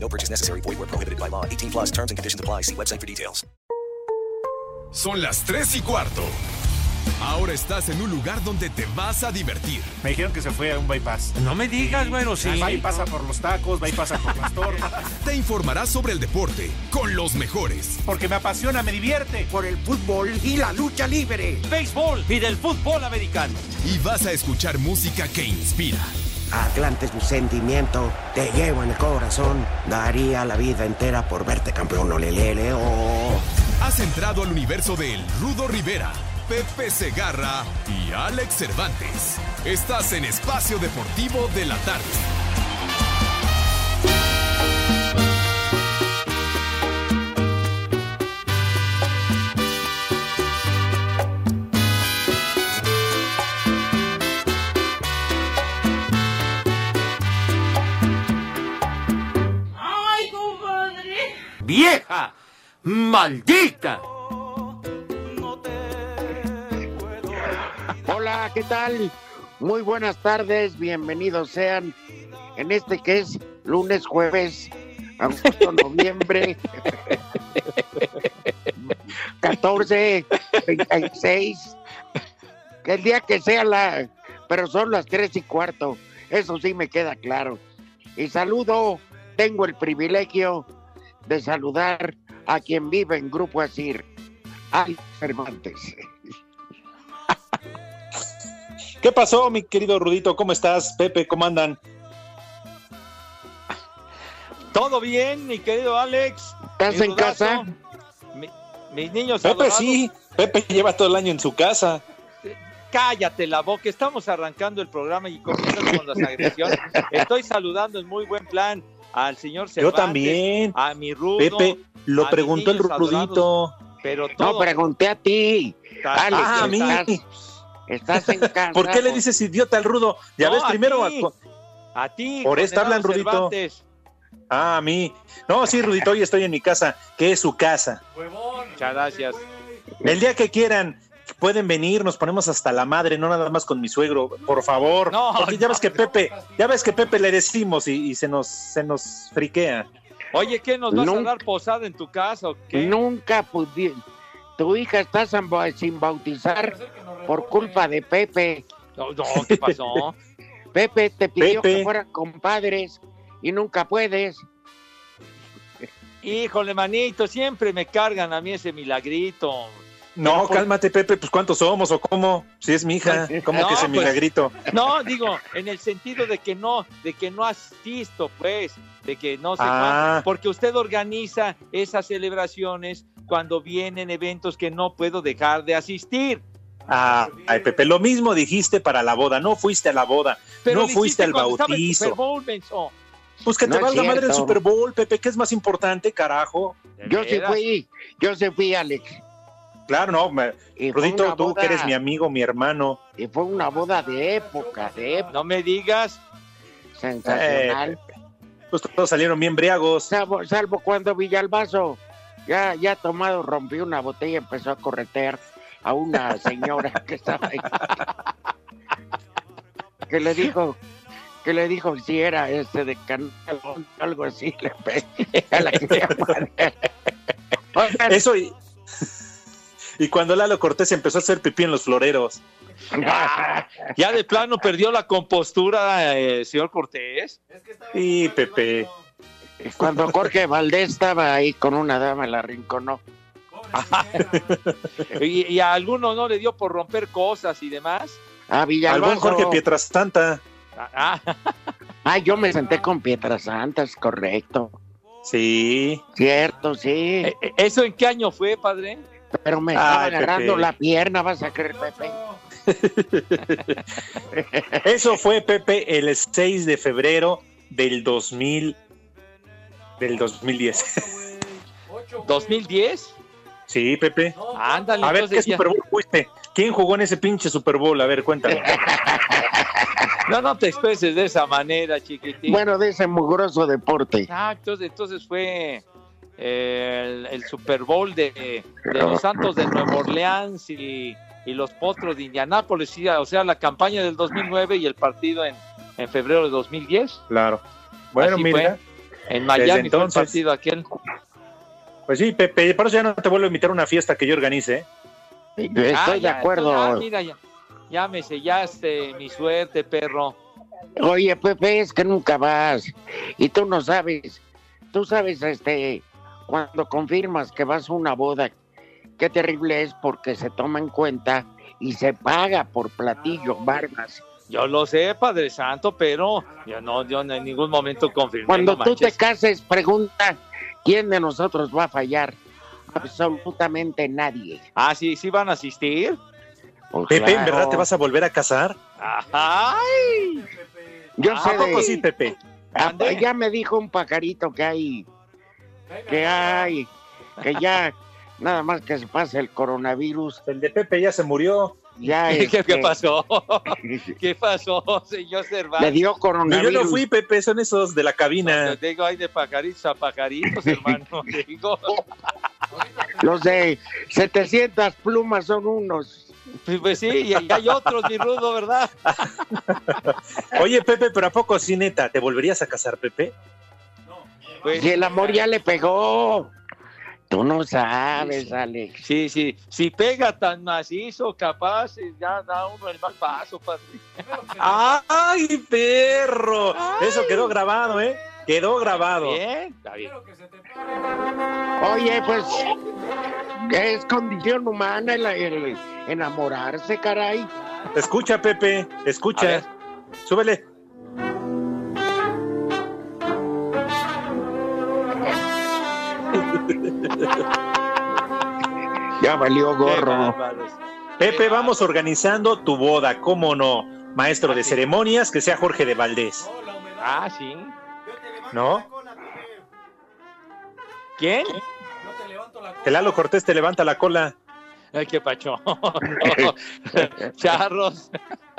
No purchase necessary. Void where prohibited by law. 18 plus terms and conditions apply. See website for details. Son las 3 y cuarto. Ahora estás en un lugar donde te vas a divertir. Me dijeron que se fue a un bypass. No me digas, bueno, sí. Va y pasa por los tacos, va y pasa por las tortas. Te informarás sobre el deporte con los mejores. Porque me apasiona, me divierte. Por el fútbol y la lucha libre. Béisbol y del fútbol americano. Y vas a escuchar música que inspira. Atlante es mi sentimiento, te llevo en el corazón. Daría la vida entera por verte campeón, olelele, oh. Has entrado al universo de El Rudo Rivera, Pepe Segarra y Alex Cervantes. Estás en Espacio Deportivo de la Tarde. ¡Ay, compadre! ¡Vieja! ¡Maldita! Hola, ¿qué tal? Muy buenas tardes, bienvenidos sean en este que es lunes, jueves, agosto, noviembre, 14, 36, que el día que sea la, pero son las tres y cuarto, eso sí me queda claro. Y saludo, tengo el privilegio de saludar a quien vive en Grupo Asir, Alex Cervantes. ¿Qué pasó, mi querido Rudito? ¿Cómo estás, Pepe? ¿Cómo andan? ¿Todo bien, mi querido Alex? ¿Estás Mi en rudazo. casa? Mi- mis niños Pepe adorados. sí, Pepe lleva todo el año en su casa. Cállate la boca, estamos arrancando el programa y comienzas con las agresiones. Estoy saludando en muy buen plan al señor Yo Cervantes. también. A mi Ah, Rudo. Pepe, a lo mis preguntó el niños Rudito. Pero todo... No, pregunté a ti. está- Alex, Ah, a mí. estás, estás en casa. ¿Por qué le dices idiota al Rudo? Ya No, ves, a primero. ti. A ti. Por esto hablan, condenado Rudito. Cervantes. Ah, a mí. No, sí, Rudito, hoy estoy en mi casa, que es su casa. Muchas gracias. El día que quieran. Pueden venir, nos ponemos hasta la madre, no nada más con mi suegro, por favor. No, Porque ya ves que Pepe, ya ves que Pepe le decimos y, y se nos se nos friquea. Oye, ¿qué nos vas a Nunca- dar posada en tu casa o qué? Nunca pudi- Tu hija está sin ba- sin bautizar por culpa de Pepe. No, no, ¿qué pasó? Pepe te pidió Pepe. que fueran compadres y nunca puedes. Híjole, manito, siempre me cargan a mí ese milagrito. No, por- cálmate, Pepe, pues cuántos somos o cómo? Si es mi hija, ¿cómo No, que ese pues- milagrito? No, digo, en el sentido de que no, de que no asisto, pues, de que no se Ah. pues, porque usted organiza esas celebraciones cuando vienen eventos que no puedo dejar de asistir. pues, Ah, ay, Pepe, lo mismo dijiste para la boda, no fuiste a la boda. Pero No lo hiciste fuiste al cuando estaba en bautizo. Super Bowl, menso. Pues que No te es valga madre el cierto. Super Bowl, Pepe, que es más importante, carajo. ¿De Yo sí veras? fui, yo sí fui, Alex. Claro, no, me- Y fue Rudito, una tú boda- que eres mi amigo, mi hermano. Y fue una boda de época, de época No me digas. sensacional. Pues todos salieron bien briagos. Salvo, salvo cuando Villalbazo ya, ya tomado rompió una botella y empezó a corretear a una señora que estaba ahí. que le dijo que le dijo si era este de cantalón algo así le pe- a la que se llama. Oigan, Eso y. Y cuando Lalo Cortés empezó a hacer pipí en los floreros. ah, Ya de plano perdió la compostura, eh, señor Cortés. Y Pepe. cuando Jorge Valdés estaba ahí con una dama la rinconó Y, y a alguno no le dio por romper cosas y demás. a Algún Villalbazo Jorge Pietrasanta. Ah, ah, ah yo me senté con Pietrasantas correcto Sí. cierto sí eh, ah, eh, ¿Eso en qué año fue, padre? Pero me Ay, estaba agarrando Pepe. la pierna, vas a creer, Pepe. Eso fue, Pepe, el 6 de febrero del 2000. Del 2010. ¿2010? Sí, Pepe. Ándale, A ver, entonces ¿qué ya. Super Bowl fuiste? ¿Quién jugó en ese pinche Super Bowl? A ver, cuéntame. No, no te expreses de esa manera, chiquitín. Bueno, de ese mugroso deporte. Ah, entonces, entonces fue eh, el, el Super Bowl de, de los Santos de Nueva Orleans y, y los Potros de Indianápolis, sí, o sea, la campaña del 2009 y el partido en, en febrero de 2010. Claro. Bueno, Así mira. En Miami fue el entonces. partido aquel. Pues sí, Pepe, por eso ya no te vuelvo a invitar a una fiesta que yo organice. ¿eh? Estoy Ah, de ya, acuerdo. entonces, ah, mira, ya, ya me sellaste mi suerte, perro. Oye, Pepe, es que nunca vas. Y tú no sabes. Tú sabes, este, cuando confirmas que vas a una boda, qué terrible es porque se toma en cuenta y se paga por platillo, barbas. Yo lo sé, Padre Santo, pero yo no, yo no en ningún momento confirmé. Cuando no tú te manches. cases, pregunta quién de nosotros va a fallar. Absolutamente nadie. Ah, sí, sí van a asistir. Pues Pepe, ¿en claro. verdad te vas a volver a casar? ¡Ay! Yo Ah, sé ¿A poco de- sí, Pepe? Ah, Ande. Ya me dijo un pajarito que hay, que hay, que ya nada más que se pase el coronavirus, El de Pepe ya se murió. ya ¿Qué, qué este, pasó? ¿Qué pasó, señor Le Cervantes? dio No, yo coronavirus. no fui, Pepe, son esos de la Te cabina. digo, hay de pajaritos a pajaritos, hermano. Digo, Los de 700 plumas son unos. pues, pues sí, y hay otros, mi rudo, ¿verdad? Oye, Pepe, pero ¿a poco sí, neta? ¿Te volverías a casar, Pepe? Pues, Y el amor ya le pegó. Tú no sabes, Alex. Sí, sí, si pega tan macizo, capaz, eh, ya da uno el mal paso, padre. ¡Ay, perro! Eso quedó grabado, ¿eh? Quedó grabado. Bien, está bien. Oye, pues es condición humana el, el enamorarse, caray. Escucha, Pepe, A escucha. ver. Súbele. Ya valió Qué gorro. bárbaros. Pepe, vamos organizando tu boda, ¿cómo no? Maestro de Ah, Sí. ceremonias, que sea Jorge de Valdés, Ah, sí. ¿no? ¿Quién? Que Lalo Cortés te levanta la cola. Ay, qué pacho. Charros.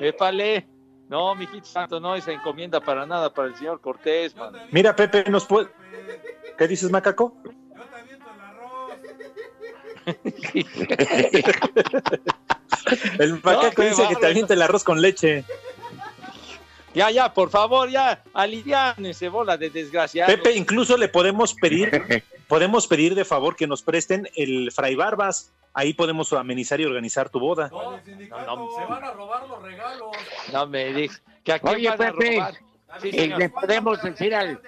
Épale. No, mijito santo, no esa encomienda para nada para el señor Cortés, man. Mira, Pepe, nos puede... ¿Qué dices, macaco? El macaco qué dice que bárbaro. te avienta el arroz con leche. Ya, ya, por favor, ya, aliviánense, bola de desgraciados. Pepe, incluso le podemos pedir, podemos pedir de favor que nos presten el Fray Barbas. Ahí podemos amenizar y organizar tu boda. No, no, se van a robar los regalos. No me digas. ¿Que a quién Oye, van a Pepe. robar? Sí, Eh, Y señor. le podemos decir al,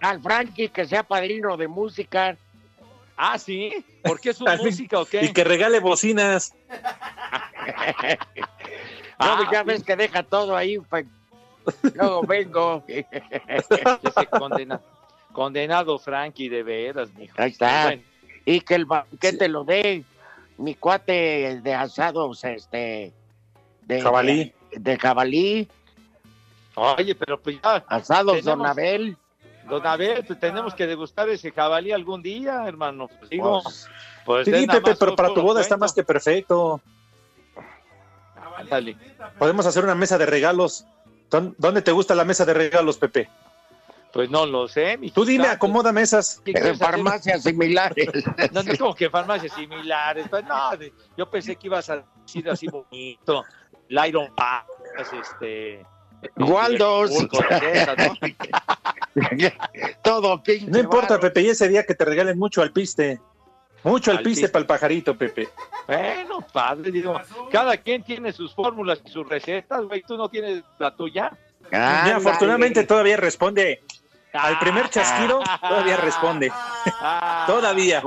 al Frankie que sea padrino de música. Ah, sí. ¿Por qué su Al fin. música o Y qué? que regale bocinas. Ah, No, pues, ya ves que deja todo ahí. pa- Luego vengo. Ese condena- Condenado Frankie, de veras, mijo. Ahí está. Bueno, y que el banquete lo dé mi cuate de asados, este. De, Jabalí. De, jabalí, oye, pero pues ya, asados Don Tenemos- Abel. don Abel, pues, tenemos que degustar ese jabalí algún día, hermano. Pues, digo, Pues, pues, Sí, es nada Pepe, más pero un para tu puro boda está más cuento. que perfecto. Ándale. Podemos hacer una mesa de regalos. ¿Dón- ¿Dónde te gusta la mesa de regalos, Pepe? Pues no lo sé, mi Tú dime, chica. acomoda mesas. ¿Qué en quieres hacer? farmacias similares. No, no, como que farmacias similares. Pues no, de- yo pensé que ibas a decir así bonito. Lyron Paz, este. Waldos. Corteza, ¿no? Todo pinche. No importa, varo. Pepe, y ese día que te regalen mucho alpiste. Mucho Al alpiste piste. para el pajarito, Pepe. Bueno, padre, digo, cada quien tiene sus fórmulas y sus recetas, güey. Tú no tienes la tuya. Ándale. Mira, afortunadamente todavía responde. Al primer chasquido todavía responde. Ah, Todavía.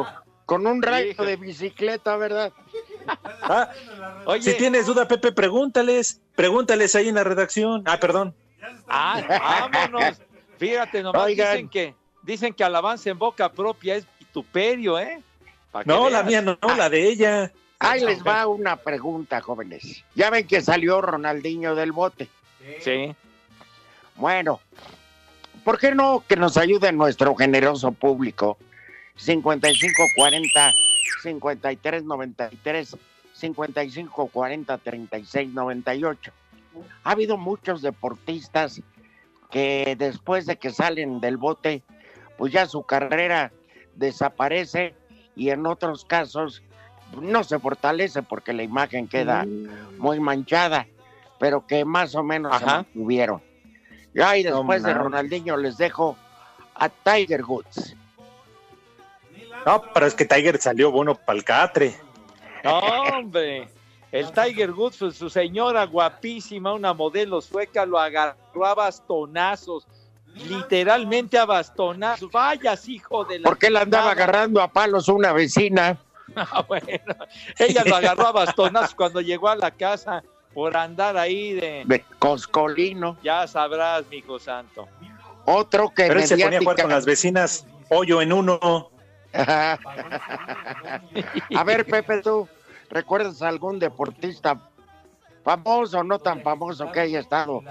Con un rayo Híjole. de bicicleta, ¿verdad? Ah, Oye, si tienes duda, Pepe, pregúntales. Pregúntales ahí en la redacción. Ah, perdón. ah, vámonos. Fíjate nomás, Oigan. dicen que, dicen que alabanza en boca propia es vituperio, ¿eh? Pa' que No, la veas. mía no, no, la de ella. Ahí les va una pregunta, jóvenes. Ya ven que salió Ronaldinho del bote. Sí. Bueno, ¿por qué no que nos ayude nuestro generoso público 5540 5393 5540 3698. Ha habido muchos deportistas que después de que salen del bote, pues ya su carrera desaparece y en otros casos no se fortalece porque la imagen queda muy manchada, pero que más o menos se Ajá. mantuvieron. Ya, y No después de manches. Ronaldinho les dejo a Tiger Woods. No, pero es que Tiger salió bueno para el catre. No, hombre. El Tiger Woods, su, su señora guapísima, una modelo sueca, lo agarró a bastonazos. Literalmente a bastonazos. Vayas, hijo de la. Porque él andaba agarrando a palos una vecina. Ah, bueno. Ella lo agarró a bastonazos cuando llegó a la casa por andar ahí de. de Coscolino, Ya sabrás, mijo santo. otro que Pero él se ponía a jugar mediática- con las vecinas, hoyo en uno. a ver, Pepe, tú recuerdas algún deportista famoso o no tan famoso que haya estado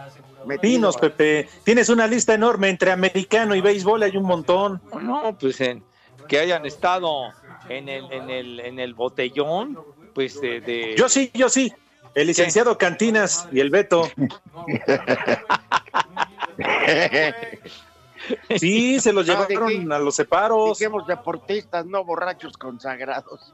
metido? Dinos, Pepe, tienes una lista enorme entre americano y béisbol, hay un montón. No, pues en- que hayan estado en el, en el, en el botellón, pues de. de- Yo sí, yo sí. El licenciado Cantinas y el Beto. Sí, se los No, llevaron dije- a los separos. Dijimos deportistas, no borrachos consagrados.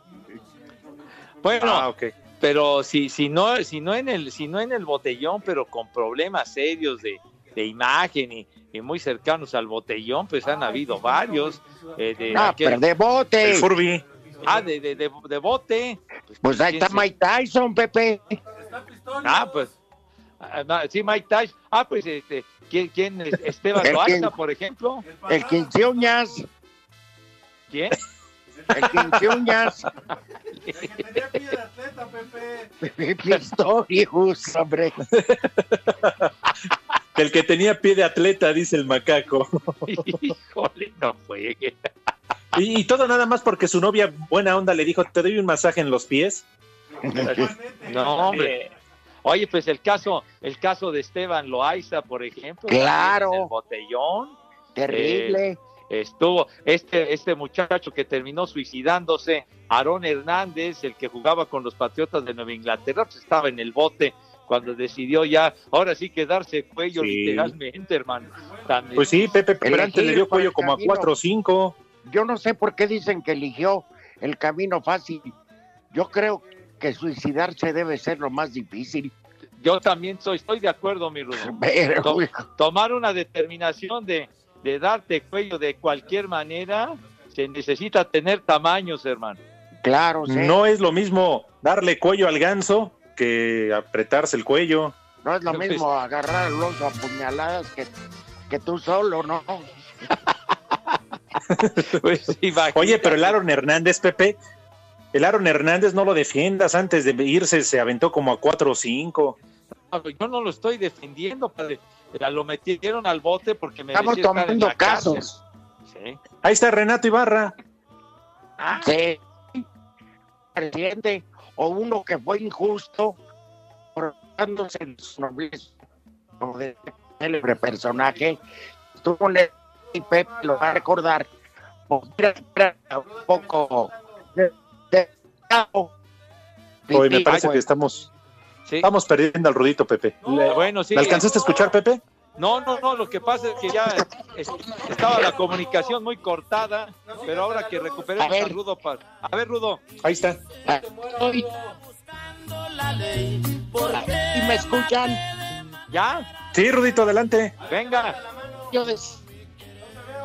Bueno, Ah, ok. pero si si no si no en el si no en el botellón pero con problemas serios de, de imagen y, y muy cercanos al botellón pues han habido varios eh, de, Ah, aquel- pero de bote. El Furby. ah, de, de- de- de bote Pues ahí está Sí, sí. Mike Tyson, Pepe. ah pues ah, no, sí Mike Tyson ah pues este quién quién es? Esteban El Loaiza King. por ejemplo El Quinceoñas. quién El Quinceoñas. Pistorius, hombre. El que tenía pie de atleta, dice el macaco. híjole no juegue Y, y todo nada más porque su novia buena onda le dijo, te doy un masaje en los pies. no hombre Oye, pues el caso, el caso de Esteban Loaiza, por ejemplo, también en Claro. el botellón, Terrible. estuvo este este muchacho que terminó suicidándose, Aarón Hernández, el que jugaba con los Patriotas de Nueva Inglaterra, pues estaba en el bote cuando decidió ya, ahora sí quedarse cuello Sí. literalmente, hermano. Tan- Pues sí, Pepe, pero Elegir antes le dio por el cuello como a camino. cuatro o cinco. Yo no sé por qué dicen que eligió el camino fácil. Yo creo que suicidarse debe ser lo más difícil. Yo también soy, estoy de acuerdo, mi Rudo. Pero, No. hijo, Tomar una determinación de, de darte cuello de cualquier manera, se necesita tener tamaños, hermano. claro, Pues sí. No. No es lo mismo darle cuello al ganso que apretarse el cuello. es lo mismo agarrar al oso a puñaladas que, que tú solo, ¿no? Pues, imagínate. Oye, pero el Aaron Hernández, Pepe, el Aaron Hernández no lo defiendas. Antes de irse se aventó como a cuatro o cinco. No, yo no lo estoy defendiendo, padre. Ya Lo metieron al bote porque me Estamos tomando casos. Ahí está Renato Ibarra. Sí. Presidente, o uno que fue injusto, portándose en su nobleza como de célebre personaje, estuvo en el- y Pepe lo va a recordar, porque era- era un poco de, de- Hoy me parece que estamos, Sí. estamos perdiendo al rudito, Pepe. Le- Bueno, sí. ¿Me alcanzaste a escuchar, Pepe? No, no, no, lo que pasa es que ya es- estaba la comunicación muy cortada, pero ahora que recuperemos A ver. a Rudo. pa- A ver, Rudo. Ahí está. Hoy- y me escuchan, Ya, Sí, Rudito, adelante. venga. yo de,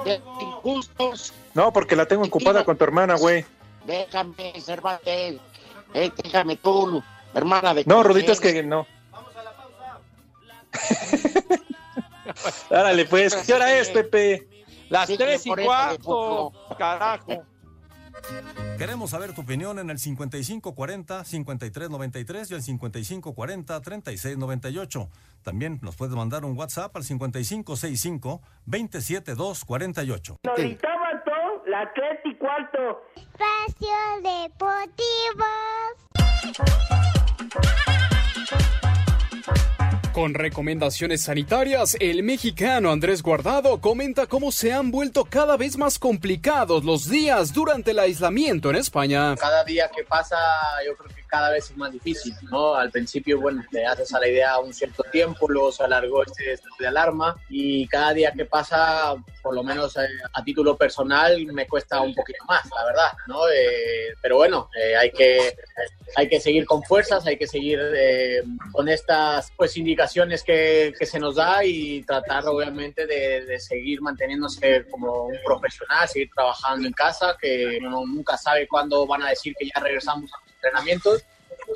de injustos, No, porque la tengo ocupada con tu hermana, güey. déjame, Cervantes, eh, déjame tú, hermana de... No, Rudito, es que no. Árale, pues. ¿Qué hora es, Pepe? Las Sí, que tres y por eso le cuarto. Carajo. Queremos saber tu opinión en el 5540-5393 y el 5540-3698. También nos puedes mandar un WhatsApp al 5565-27248. la tres y cuarto. Espacio Deportivo. Con recomendaciones sanitarias, el mexicano Andrés Guardado comenta cómo se han vuelto cada vez más complicados los días durante el aislamiento en España. Cada día que pasa, yo creo que cada vez es más difícil, ¿no? Al principio, bueno, te haces a la idea un cierto tiempo, luego se alargó este estado de alarma y cada día que pasa, por lo menos eh, a título personal, me cuesta un poquito más, la verdad, ¿no? Eh, pero bueno, eh, hay, que, hay que seguir con fuerzas, hay que seguir eh, con estas pues indicaciones que, que, se nos da y tratar obviamente de, de, seguir manteniéndose como un profesional, seguir trabajando en casa, que uno nunca sabe cuándo van a decir que ya regresamos a los entrenamientos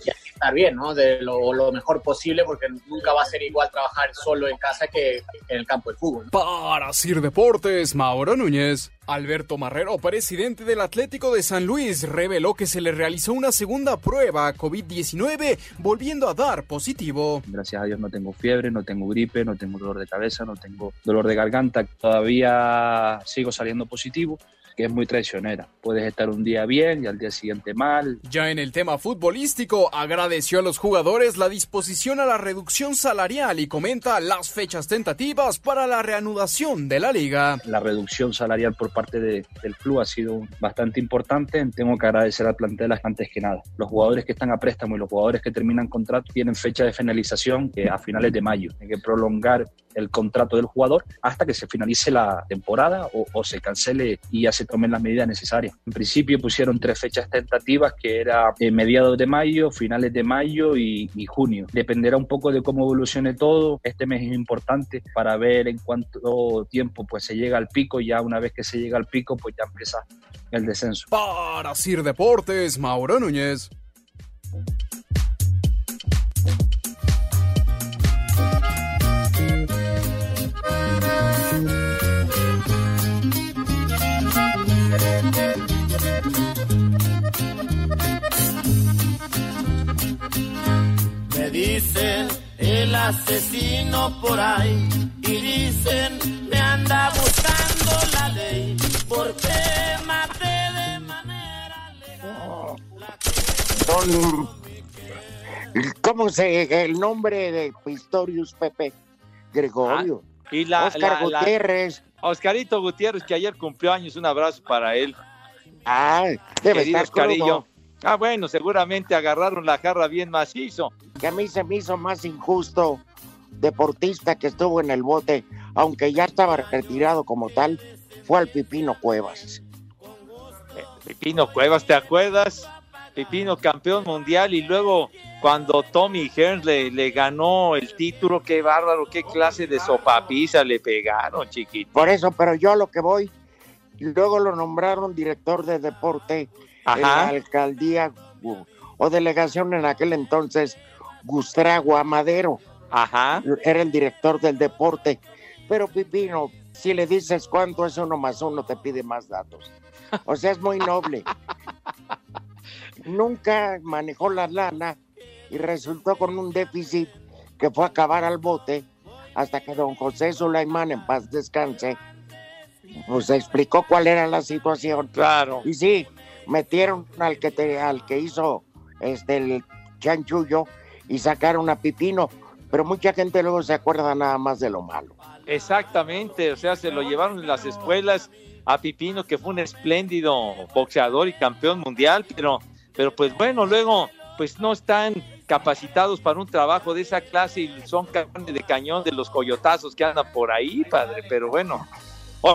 y hay que estar bien, ¿no? De lo, lo, mejor posible, porque nunca va a ser igual trabajar solo en casa que, en el campo de fútbol. ¿no? Para Sir Deportes, Mauro Núñez. Alberto Marrero, presidente del Atlético de San Luis, reveló que se le realizó una segunda prueba a COVID-19, volviendo a dar positivo. Gracias a Dios no tengo fiebre, no tengo gripe, no tengo dolor de cabeza, no tengo dolor de garganta. Todavía sigo saliendo positivo que es muy traicionera. Puedes estar un día bien y al día siguiente mal. Ya en el tema futbolístico, agradeció a los jugadores la disposición a la reducción salarial y comenta las fechas tentativas para la reanudación de la liga. La reducción salarial por parte de, del club ha sido bastante importante. Tengo que agradecer al plantel antes que nada. Los jugadores que están a préstamo y los jugadores que terminan contrato tienen fecha de finalización a finales de mayo. Hay que prolongar el contrato del jugador hasta que se finalice la temporada o, o, se cancele y ya se tomen las medidas necesarias. En principio pusieron tres fechas tentativas que era eh, mediados de mayo, finales de mayo y, y, junio. Dependerá un poco de cómo evolucione todo. Este mes es importante para ver en cuánto tiempo pues se llega al pico. Ya una vez que se llega al pico pues ya empieza el descenso. Para Sir Deportes, Mauro Núñez. Me dicen el asesino por ahí y dicen me anda buscando la ley porque maté de manera legal. Don, ¿Cómo se el nombre de Pistorius Pepe Gregorio? Ah, y la, Oscar la, Gutiérrez. La, Oscarito Gutiérrez que ayer cumplió años, un abrazo para él. Ah, debe estar crudo. Ah, bueno, seguramente agarraron la jarra bien macizo. Que a mí se me hizo más injusto deportista que estuvo en el bote, aunque ya estaba retirado como tal, fue al Pipino Cuevas. Eh, Pipino Cuevas, ¿te acuerdas? Pipino campeón mundial y luego cuando Tommy Hearns le, le ganó el título, qué bárbaro, qué clase de sopapiza le pegaron, chiquito. Por eso, pero yo a lo que voy, luego lo nombraron director de deporte Ajá. en Eh, la alcaldía o delegación en aquel entonces, Gustrago Amadero. Ajá. Era el director del deporte. Pero Pipino, si le dices cuánto es uno más uno, te pide más datos. O sea, es muy noble. Nunca manejó la lana y resultó con un déficit que fue a acabar al bote hasta que don José Sulaimán, en paz descanse, pues explicó cuál era la situación. Claro. Y sí, metieron al que te, al que hizo este el chanchullo y sacaron a Pipino, pero mucha gente luego se acuerda nada más de lo malo. Exactamente, o sea, se lo llevaron en las escuelas a Pipino que fue un espléndido boxeador y campeón mundial, pero pero pues bueno, luego pues no están capacitados para un trabajo de esa clase y son carnes de cañón de los coyotazos que andan por ahí, padre, pero bueno,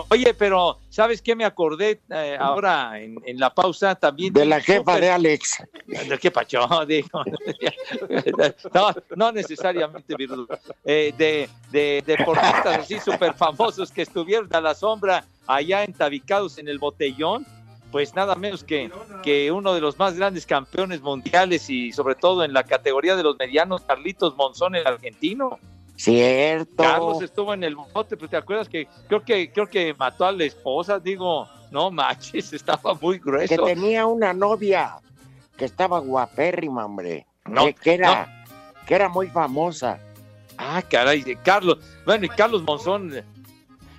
Oye, pero ¿sabes qué me acordé eh, ahora en, en, la pausa también? De la jefa super... de Alex. ¿Qué pacho? Dijo. no, no necesariamente eh, de, de, deportistas así súper famosos que estuvieron a la sombra allá entabicados en el botellón. Pues nada menos que, que uno de los más grandes campeones mundiales y sobre todo en la categoría de los medianos, Carlitos Monzón, el argentino. Cierto. Carlos estuvo en el bote, pues te acuerdas que creo que creo que mató a la esposa, digo, no manches, estaba muy grueso. Que tenía una novia que estaba guapérrima, hombre. No, que, que era no. que era muy famosa. Ah, caray, Carlos. Bueno, y Carlos Monzón eh,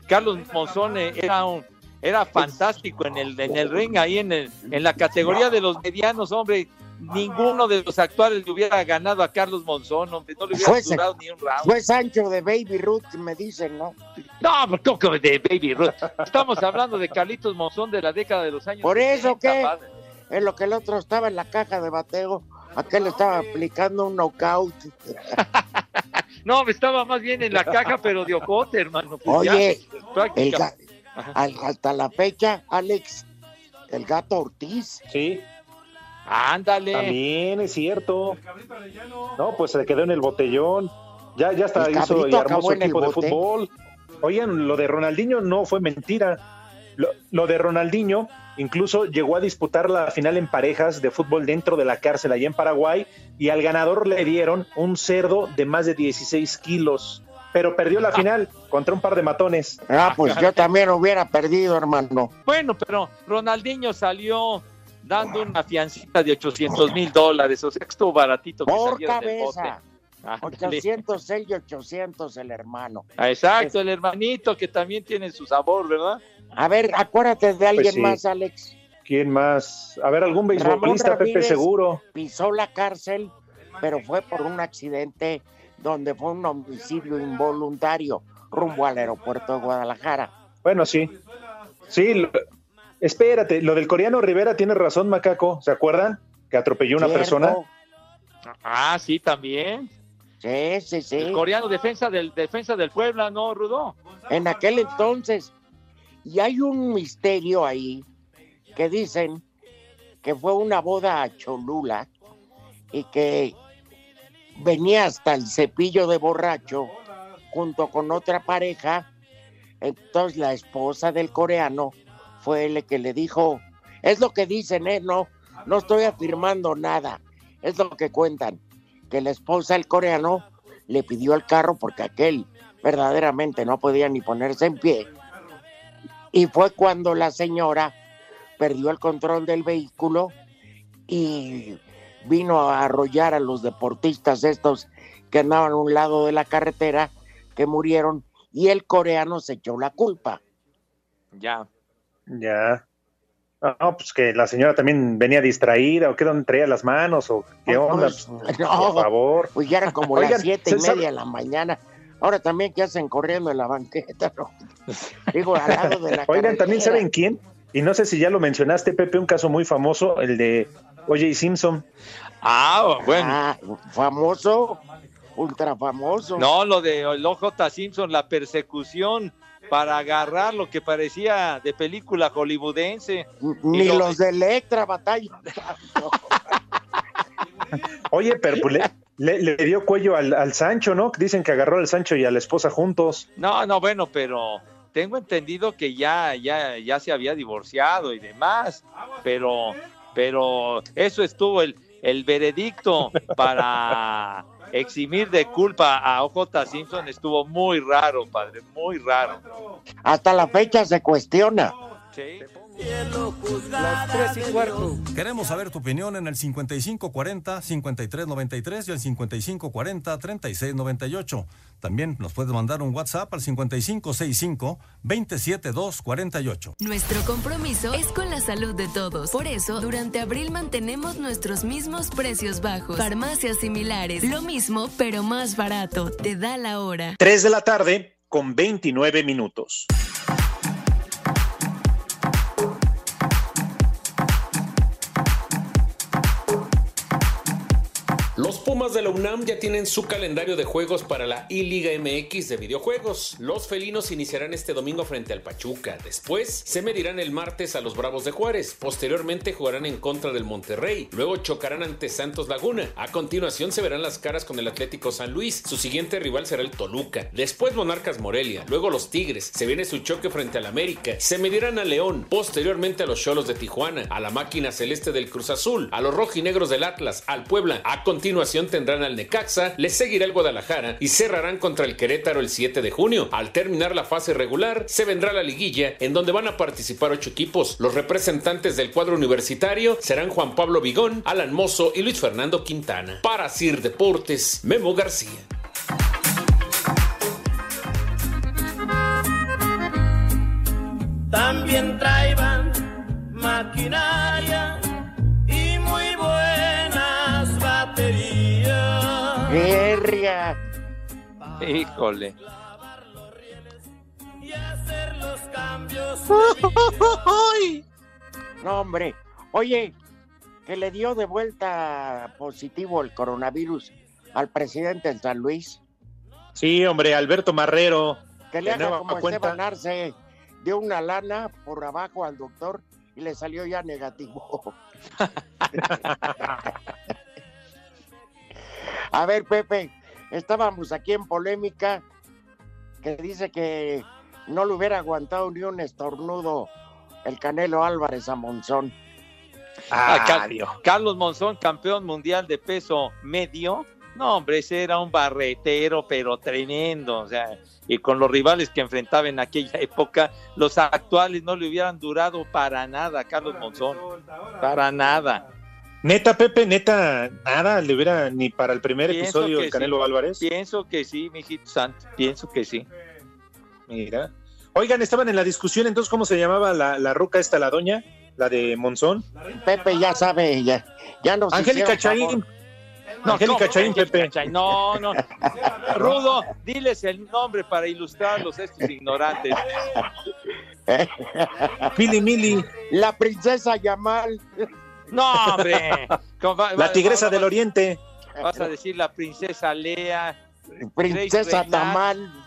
Carlos Monzón eh, era un era fantástico en el en el ring ahí en el, en la categoría de los medianos, hombre. ninguno de los actuales le hubiera ganado a Carlos Monzón, hombre, no le hubiera Fue, durado ni un round. fue Sancho de Baby Ruth, me dicen, ¿no? No, pues, ¿cómo que de Baby Ruth. Estamos hablando de Carlitos Monzón de la década de los años. Por eso 70, que padre. en lo que el otro estaba en la caja de bateo, aquel estaba aplicando un knockout. No, estaba más bien en la caja, pero de ocote, hermano. pues, ya, Oye, práctica. el ga- al- hasta la fecha, Alex, el gato Ortiz. Sí. Ándale. También es cierto. No, pues se quedó en el botellón. Ya, ya hasta El hizo y cabrito armó acabó su en el equipo de bote. fútbol. Oigan, lo de Ronaldinho no fue mentira. Lo, lo de Ronaldinho incluso llegó a disputar la final en parejas de fútbol dentro de la cárcel allá en Paraguay y al ganador le dieron un cerdo de más de 16 kilos. Pero perdió la final contra un par de matones. Ah, pues yo también hubiera perdido, hermano. Bueno, pero Ronaldinho salió dando una fiancita de 800 mil dólares, o sea, que estuvo baratito. que Por salieron del cabeza. bote. Ándale. 800 él y 800 el hermano. Ah, Exacto, el hermanito que también tiene su sabor, ¿verdad? A ver, acuérdate de alguien sí. más, Alex. ¿Quién más? A ver, algún Ramón beisbolista, Pepe Ramírez Seguro. Pisó la cárcel, pero fue por un accidente donde fue un homicidio involuntario rumbo al aeropuerto de Guadalajara. Bueno, sí. Sí, lo- espérate, lo del coreano Rivera tiene razón, macaco. ¿Se acuerdan? Que atropelló una Cierto. persona. Ah, sí, también. Sí, sí, sí. El coreano defensa del defensa del Puebla, ¿no, Rudo? en aquel entonces. Y hay un misterio ahí que dicen que fue una boda a Cholula y que venía hasta el cepillo de borracho junto con otra pareja. Entonces la esposa del coreano fue el que le dijo, es lo que dicen, ¿eh? No, no estoy afirmando nada, es lo que cuentan, que la esposa del coreano le pidió el carro porque aquel verdaderamente no podía ni ponerse en pie. Y fue cuando la señora perdió el control del vehículo y vino a arrollar a los deportistas estos que andaban a un lado de la carretera, que murieron, y el coreano se echó la culpa. Ya. Ya. Ah, No, pues que la señora también venía distraída, o que dónde traía las manos, o qué onda. pues, no. Por favor. Pues ya era como Oigan, las siete y ¿se sabe- media de la mañana. Ahora también que hacen corriendo en la banqueta, ¿no? Digo, al lado de la Oigan, también carretera. saben quién, y no sé si ya lo mencionaste, Pepe, un caso muy famoso, el de OJ Simpson. Ah, bueno. Ah, famoso, ultra famoso. No, lo de el OJ Simpson, la persecución para agarrar lo que parecía de película hollywoodense. Ni Y lo- los de Electra batalla. Oye, pero pues, le, le- le dio cuello al, al Sancho, ¿no? Dicen que agarró al Sancho y a la esposa juntos. No, no, bueno, pero tengo entendido que ya, ya, ya se había divorciado y demás, pero, pero eso estuvo el, el veredicto para eximir de culpa a OJ Simpson estuvo muy raro, padre, muy raro. Hasta la fecha se cuestiona. Las 3 y cuarto. Queremos saber tu opinión en el 5540-5393 y el 5540-3698. También nos puedes mandar un WhatsApp al 5565-27248. Nuestro compromiso es con la salud de todos. Por eso, durante abril mantenemos nuestros mismos precios bajos. Farmacias similares, lo mismo pero más barato. Te da la hora. 3 de la tarde con 29 minutos. Los Pumas de la UNAM ya tienen su calendario de juegos para la I-Liga MX de videojuegos. Los felinos iniciarán este domingo frente al Pachuca. Después se medirán el martes a los Bravos de Juárez. Posteriormente jugarán en contra del Monterrey. Luego chocarán ante Santos Laguna. A continuación se verán las caras con el Atlético San Luis. Su siguiente rival será el Toluca. Después Monarcas Morelia. Luego los Tigres. Se viene su choque frente al América. Se medirán a León. Posteriormente a los Cholos de Tijuana. A la máquina celeste del Cruz Azul. A los rojinegros del Atlas. Al Puebla. A continuación tendrán al Necaxa. Les seguirá el Guadalajara. Y cerrarán contra el Querétaro el 7 de junio. Al terminar la fase regular, se vendrá la liguilla. En donde van a participar ocho equipos. Los representantes del cuadro universitario serán Juan Pablo Vigón. Alan Mozo y Luis Fernando Quintana. Para Sir Deportes, Memo García. También traían maquinaria y muy buena. birria. Híjole. No, hombre. Oye, que le dio de vuelta positivo el coronavirus al presidente de San Luis. Sí, hombre, Alberto Marrero. Que le de haga nueva como cuenta. Esteban Arce. Dio una lana por abajo al doctor y le salió ya negativo. A ver, Pepe, estábamos aquí en polémica que dice que no le hubiera aguantado ni un estornudo el Canelo Álvarez a Monzón. Ah, Car- Carlos Monzón, campeón mundial de peso medio. No, hombre, ese era un barretero, pero tremendo. O sea, y con los rivales que enfrentaba en aquella época, los actuales no le hubieran durado para nada a Carlos Monzón. Para nada. Neta, Pepe, neta, nada le hubiera ni para el primer Pienso episodio que del Canelo sí. Álvarez. Pienso que sí, mijito santo. Pienso que sí. Mira. Oigan, estaban en la discusión, entonces, ¿cómo se llamaba la, la ruca esta, la doña? La de Monzón. Pues Pepe ya sabe, ya, ya nos Angélica hicieron Chaín. favor. No, Angélica ¿cómo? Chaín, Pepe. No, no. Rudo, diles el nombre para ilustrarlos a estos ignorantes. Mili Mili. La princesa Yamal. No, hombre. Con- va- La va- tigresa va- del Oriente. Vas a decir la princesa Lea. Princesa Grace Renat, Tamal.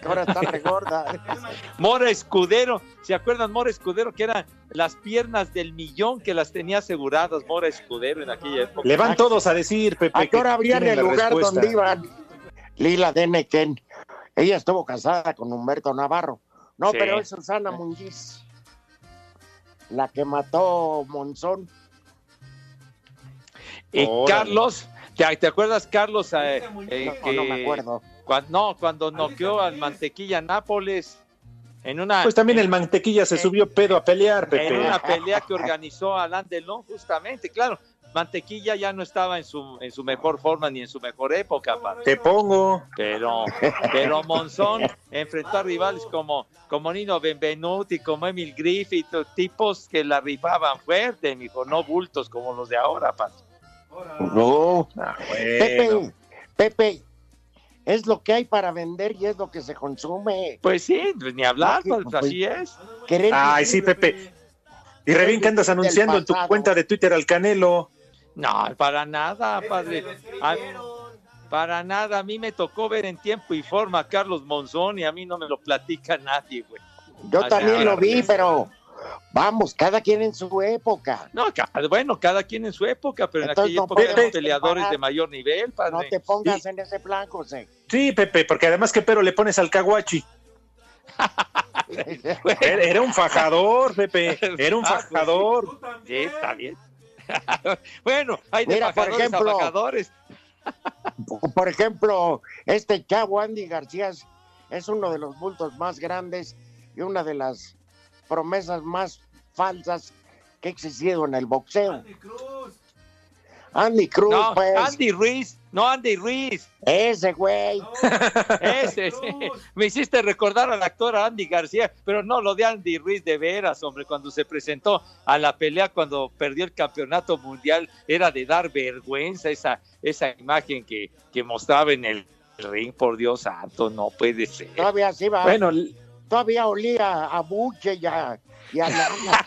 Que ahora está regorda. Mora Escudero. ¿Se acuerdan Mora Escudero? Que eran las piernas del millón que las tenía aseguradas Mora Escudero en aquella época. Le van todos a decir, Pepe. ¿A qué hora que abrían tienen el la lugar respuesta. donde iban? Lila Deneken. Ella estuvo casada con Humberto Navarro. No, Sí. pero es Susana Munguiz. La que mató Monzón. Y Órale. Carlos, ¿te, te acuerdas, Carlos? eh, eh, No, no me que- acuerdo. cuan- no, cuando noqueó al Mantequilla Nápoles en una, Pues también el mantequilla se subió pedo a pelear, Eh, en Pepe. una pelea que organizó Alain Delon, justamente, claro. Mantequilla ya no estaba en su, en su mejor forma ni en su mejor época. pa. Te pongo. Pero, pero Monzón enfrentó a rivales como, como Nino Benvenuti, como Emil Griffith, tipos que la rifaban fuerte, mijo, no bultos como los de ahora, pa. Ah, No. eh, bueno. Pepe, Pepe, es lo que hay para vender y es lo que se consume. Pues sí, pues ni hablar, pues, así es. Querer Ay, sí, Pepe. Y re bien que andas Del anunciando en tu pasado. cuenta de Twitter al Canelo. No, para nada, padre. A- para nada, a mí me tocó ver en tiempo y forma a Carlos Monzón y a mí no me lo platica nadie, güey. Yo Así también lo es. vi, pero vamos, cada quien en su época. No, ca- bueno, cada quien en su época, pero en Entonces, aquella no época eran podemos peleadores comparar. de mayor nivel, padre. No te pongas en ese plan, José. Sí, Pepe, porque además que pero le pones al caguachi. Era era un fajador, Pepe. Era un Ah, pues sí. fajador. Sí, está bien. bueno, hay de Mira, por bajadores a ejemplo. bajadores. Por ejemplo, este chavo Andy García es- es uno de los bultos más grandes y una de las promesas más falsas que ha existido en el boxeo. Andy Cruz, No, pues, Andy Ruiz, no Andy Ruiz. ese güey. Ese, sí. Me hiciste recordar al actor Andy García, pero no lo de Andy Ruiz de veras, hombre, cuando se presentó a la pelea, cuando perdió el campeonato mundial, era de dar vergüenza esa, esa imagen que, que mostraba en el ring, por Dios santo, no puede ser. Todavía así va. Bueno, todavía olía a buche y a, y a lana.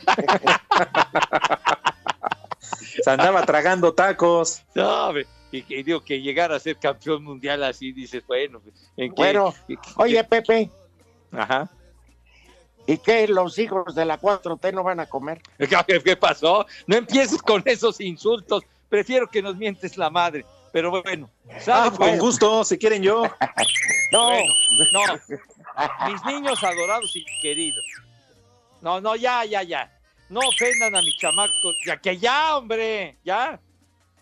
Se andaba tragando tacos. No, hombre, y que digo que llegar a ser campeón mundial así, dices, bueno, pues, ¿en qué? Bueno, oye, Pepe, Ajá. ¿y qué los hijos de la 4T no van a comer? ¿Qué, qué pasó? No empieces con esos insultos. Prefiero que nos mientes la madre. Pero bueno, Ah, ¿sabes? con Bueno, gusto, si quieren yo. No, bueno, no. Mis niños adorados y queridos. No, no, ya, ya, ya. No ofendan a mis chamacos. Ya que ya, hombre. Ya.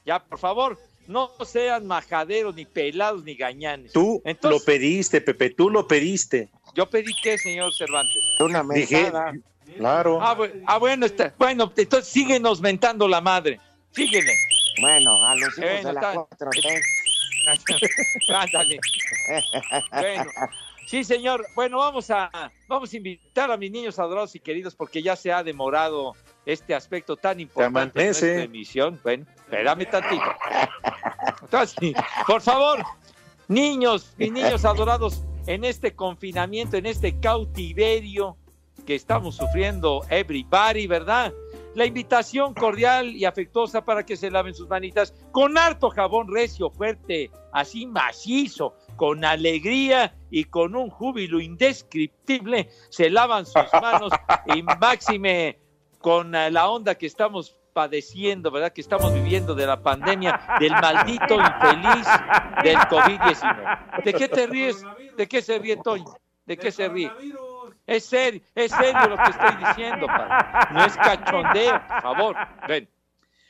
Ya, por favor. No sean majaderos, ni pelados, ni gañanes. Tú Entonces- lo pediste, Pepe, tú lo pediste. Yo pedí que, señor Cervantes. Una Dije, mesada. claro. Ah, bu- ah, bueno, está, bueno, entonces síguenos mentando la madre. Síguele. Bueno, a los hijos Bueno, de la está- 4T. Ándale. Bueno, sí, señor. Bueno, vamos a, vamos a invitar a mis niños adorados y queridos porque ya se ha demorado este aspecto tan importante de amanece. nuestra emisión. Bueno, espérame tantito. Entonces, por favor, Niños, mis niños adorados, en este confinamiento, en este cautiverio que estamos sufriendo everybody, ¿verdad? La invitación cordial y afectuosa para que se laven sus manitas con harto jabón recio, fuerte, así macizo, con alegría y con un júbilo indescriptible, se lavan sus manos y máxime con eh, la onda que estamos padeciendo, ¿verdad? Que estamos viviendo de la pandemia, del maldito infeliz del COVID-19. ¿De qué te ríes? ¿De qué se ríe, Toño? ¿De qué se ríe? Es serio, es serio lo que estoy diciendo, padre. No es cachondeo, por favor. Ven.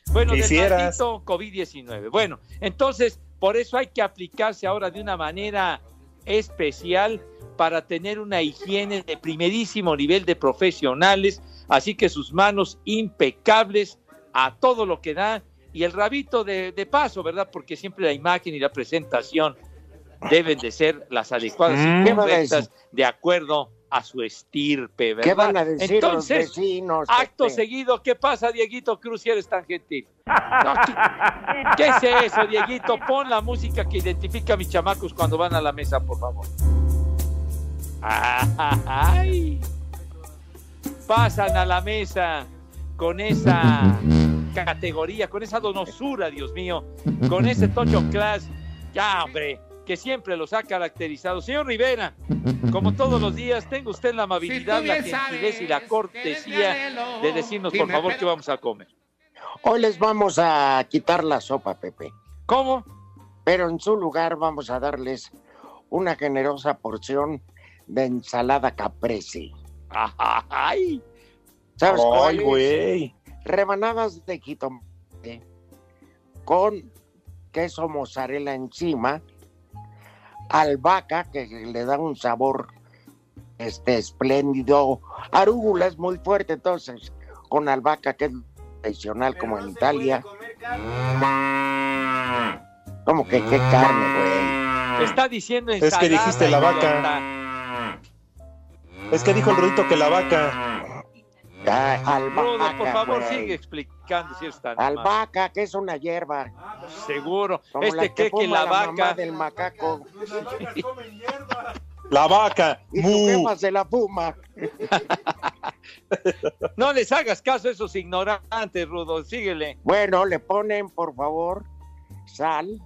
Bueno, del Quisieras. maldito COVID-19. Bueno, entonces, por eso hay que aplicarse ahora de una manera especial para tener una higiene de primerísimo nivel de profesionales, así que sus manos impecables a todo lo que da y el rabito de, de paso, ¿verdad? Porque siempre la imagen y la presentación deben de ser las adecuadas Mm. y ¿Qué van a correctas decir? de acuerdo a su estirpe, ¿verdad? ¿Qué van a decir los Entonces, vecinos, acto Pepe? seguido, ¿qué pasa, Dieguito Cruz, si eres tan gentil? No, ¿qué- ¿Qué es eso, Dieguito? Pon la música que identifica a mis chamacos cuando van a la mesa, por favor. ¡Ay! Pasan a la mesa con esa categoría, con esa donosura, Dios mío, con ese tocho class, ya, hombre, que siempre los ha caracterizado. Señor Rivera, como todos los días, tenga usted la amabilidad, bien la gentileza y la cortesía de decirnos, si por me favor, espera- qué vamos a comer. Hoy les vamos a quitar la sopa, Pepe. ¿Cómo? Pero en su lugar vamos a darles una generosa porción de ensalada caprese. Ah, ¡Ay! ¿Sabes Ay, cuál es? güey. Rebanadas de jitomate con queso mozzarella encima, albahaca que le da un sabor este espléndido, arúgula es muy fuerte entonces, con albahaca que es tradicional como en Italia. Como que qué carne, güey. Está diciendo Ah. Es que ensalada. dijiste la vaca. idiota. Es que dijo el ruito que la vaca. Ah, Rudo, por albahaca, favor, güey. sigue explicando si es tan amable. Albahaca, que es una hierba. Seguro. Como Este la cree que fuma la mamá vaca. Uh. del macaco. La vaca. Y tu mu. jefa se la fuma. No les hagas caso a esos ignorantes, Rudo. Síguele. Bueno, le ponen, por favor, sal,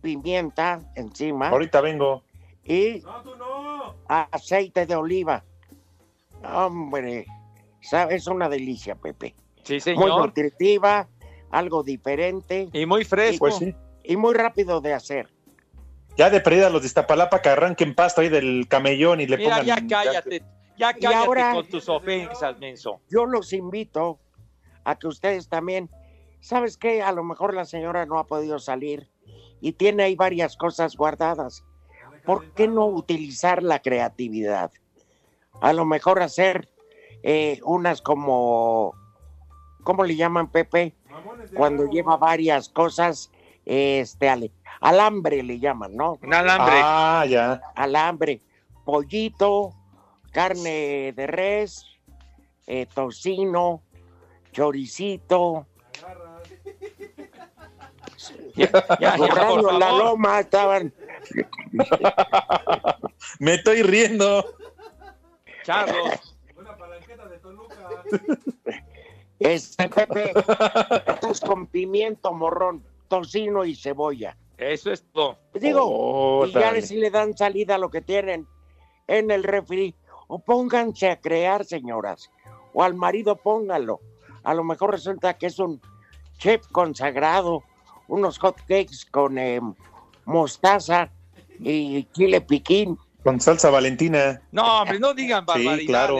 pimienta encima. Ahorita vengo. Y aceite de oliva. Hombre, sabe, es una delicia, Pepe. Sí, Muy señor. nutritiva, algo diferente. Y muy fresco. Pues sí. Y muy rápido de hacer. Ya de perdida los de Iztapalapa que arranquen pasto ahí del camellón y le Mira, ya pongan. cállate. Ya Y cállate ahora- con tus ofensas, menso. Yo los invito a que ustedes también, ¿sabes qué? A lo mejor la señora no ha podido salir y tiene ahí varias cosas guardadas. ¿Por qué no utilizar la creatividad? A lo mejor hacer eh, unas como, ¿cómo le llaman Pepe? Cuando lleva varias cosas, este, ale- alambre le llaman, ¿no? Un alambre. Ah, ya. alambre, pollito, carne de res, eh, tocino, choricito. Ya, ya, por Borrando la favor. loma estaban. Me estoy riendo. Charlos. Este Pepe, estos con pimiento morrón, tocino y cebolla. Pues Eso es todo. Digo, Oh. Oh, pues y ya Órale. si le dan salida a lo que tienen en el refri, o pónganse a crear, señoras, o al marido póngalo. A lo mejor resulta que es un chef consagrado, unos hotcakes con eh, mostaza y chile piquín. Con salsa valentina. No, hombre, no digan barbaridades. Sí, claro.